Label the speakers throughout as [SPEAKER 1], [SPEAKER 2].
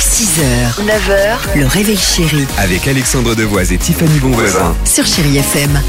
[SPEAKER 1] Six heures, 9h, le réveil chéri
[SPEAKER 2] Avec Alexandre Devoise et Tiffany Bonvoisin.
[SPEAKER 1] sur Chérie FM.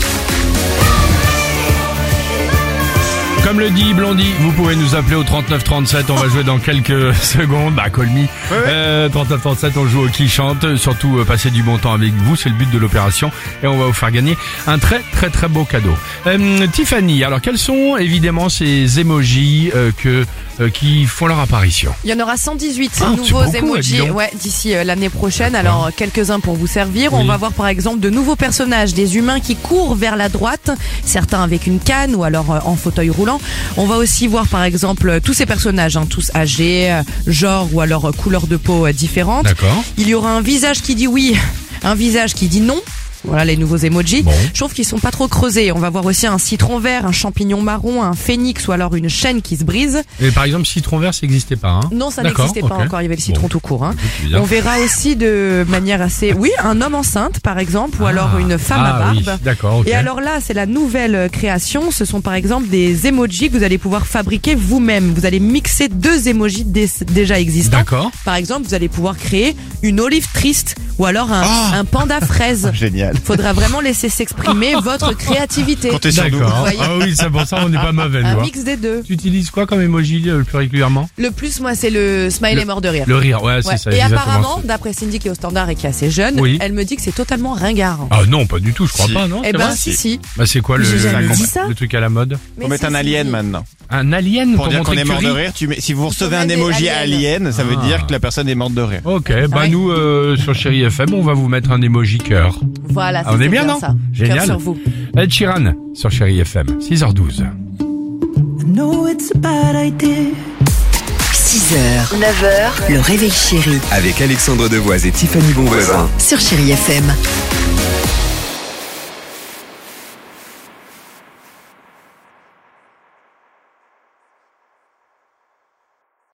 [SPEAKER 3] Comme le dit Blondie, vous pouvez nous appeler au 3937, on va jouer dans quelques secondes, bah call me. Euh, 3937, on joue au qui chante, surtout euh, passer du bon temps avec vous, c'est le but de l'opération, et on va vous faire gagner un très très très beau cadeau. Euh, Tiffany, alors quels sont évidemment ces emojis euh, que, euh, qui font leur apparition
[SPEAKER 4] Il y en aura 118
[SPEAKER 3] Ah, c'est
[SPEAKER 4] nouveaux
[SPEAKER 3] beaucoup, dis
[SPEAKER 4] emojis
[SPEAKER 3] donc.
[SPEAKER 4] ouais, d'ici euh, l'année prochaine. Alors quelques-uns pour vous servir. On va voir par exemple de nouveaux personnages, des humains qui courent vers la droite, certains avec une canne ou alors euh, en fauteuil roulant. On va aussi voir par exemple euh, tous ces personnages, hein, tous âgés, euh, genre ou alors euh, couleur de peau euh, différente.
[SPEAKER 3] D'accord.
[SPEAKER 4] Il y aura un visage qui dit oui, un visage qui dit non. Voilà les nouveaux emojis.
[SPEAKER 3] Bon.
[SPEAKER 4] Je trouve qu'ils sont pas trop creusés. On va voir aussi un citron vert, un champignon marron, un phénix ou alors une chaîne qui se brise.
[SPEAKER 3] Et par exemple, citron vert, ça n'existait pas. Hein
[SPEAKER 4] Non, ça
[SPEAKER 3] D'accord,
[SPEAKER 4] n'existait pas
[SPEAKER 3] ok.
[SPEAKER 4] encore. Il y avait le citron
[SPEAKER 3] Bon.
[SPEAKER 4] tout court. hein.
[SPEAKER 3] C'est bizarre.
[SPEAKER 4] On verra aussi de manière assez, oui, un homme enceinte par exemple, ou alors une femme à
[SPEAKER 3] Ah oui,
[SPEAKER 4] barbe.
[SPEAKER 3] D'accord, ok.
[SPEAKER 4] Et alors là, c'est la nouvelle euh, création. Ce sont par exemple des emojis que vous allez pouvoir fabriquer vous-même. Vous allez mixer deux emojis dé- déjà existants.
[SPEAKER 3] D'accord.
[SPEAKER 4] Par exemple, vous allez pouvoir créer une olive triste ou alors un,
[SPEAKER 3] Ah.
[SPEAKER 4] un panda fraise.
[SPEAKER 5] Génial.
[SPEAKER 4] Faudra vraiment laisser s'exprimer votre créativité.
[SPEAKER 5] Comptez sur nous.
[SPEAKER 3] D'accord.
[SPEAKER 4] Voyez. Ah
[SPEAKER 3] Ah oui, c'est pour ça on n'est pas mauvais, nous.
[SPEAKER 4] Un
[SPEAKER 3] hein.
[SPEAKER 4] mix des deux.
[SPEAKER 3] Tu utilises quoi comme emoji euh, le plus régulièrement
[SPEAKER 4] Le plus, moi, c'est le smiley
[SPEAKER 3] Le-
[SPEAKER 4] mort de rire.
[SPEAKER 3] Le rire, ouais, c'est
[SPEAKER 4] Ouais.
[SPEAKER 3] ça.
[SPEAKER 4] et
[SPEAKER 3] exactement.
[SPEAKER 4] apparemment, d'après Cindy qui est au standard et qui est assez jeune,
[SPEAKER 3] Oui.
[SPEAKER 4] elle me dit que c'est totalement ringard.
[SPEAKER 3] Ah non, pas du tout, je crois
[SPEAKER 5] Si.
[SPEAKER 3] pas, non
[SPEAKER 4] eh
[SPEAKER 3] c'est
[SPEAKER 4] ben,
[SPEAKER 3] vrai
[SPEAKER 4] si, si.
[SPEAKER 3] Bah, c'est quoi le,
[SPEAKER 4] J'ai jamais
[SPEAKER 3] le-
[SPEAKER 4] dit ça.
[SPEAKER 3] le truc à la mode
[SPEAKER 5] On met un alien maintenant.
[SPEAKER 3] Un alien
[SPEAKER 5] Pour dire qu'on
[SPEAKER 3] montrer
[SPEAKER 5] est
[SPEAKER 3] que
[SPEAKER 5] mort
[SPEAKER 3] tu
[SPEAKER 5] de
[SPEAKER 3] ris
[SPEAKER 5] rire, tu mets- si vous recevez
[SPEAKER 4] met
[SPEAKER 5] un
[SPEAKER 4] des
[SPEAKER 5] emoji
[SPEAKER 4] aliens.
[SPEAKER 5] alien, ça veut
[SPEAKER 3] Ah.
[SPEAKER 5] dire que la personne est morte de rire.
[SPEAKER 3] Ok, bah
[SPEAKER 4] ouais.
[SPEAKER 3] nous euh, sur Chéri FM, on va vous mettre un emoji cœur.
[SPEAKER 4] Voilà,
[SPEAKER 3] Ah, on
[SPEAKER 4] c'était
[SPEAKER 3] est bien, non
[SPEAKER 4] ça.
[SPEAKER 3] Génial.
[SPEAKER 4] Cœur sur vous.
[SPEAKER 3] Ed Sheeran sur Chéri FM, 6h12.
[SPEAKER 1] 6h, 9h, le réveil chéri
[SPEAKER 2] Avec Alexandre Devoise et Tiffany Bonvoisin.
[SPEAKER 1] sur Chérie FM.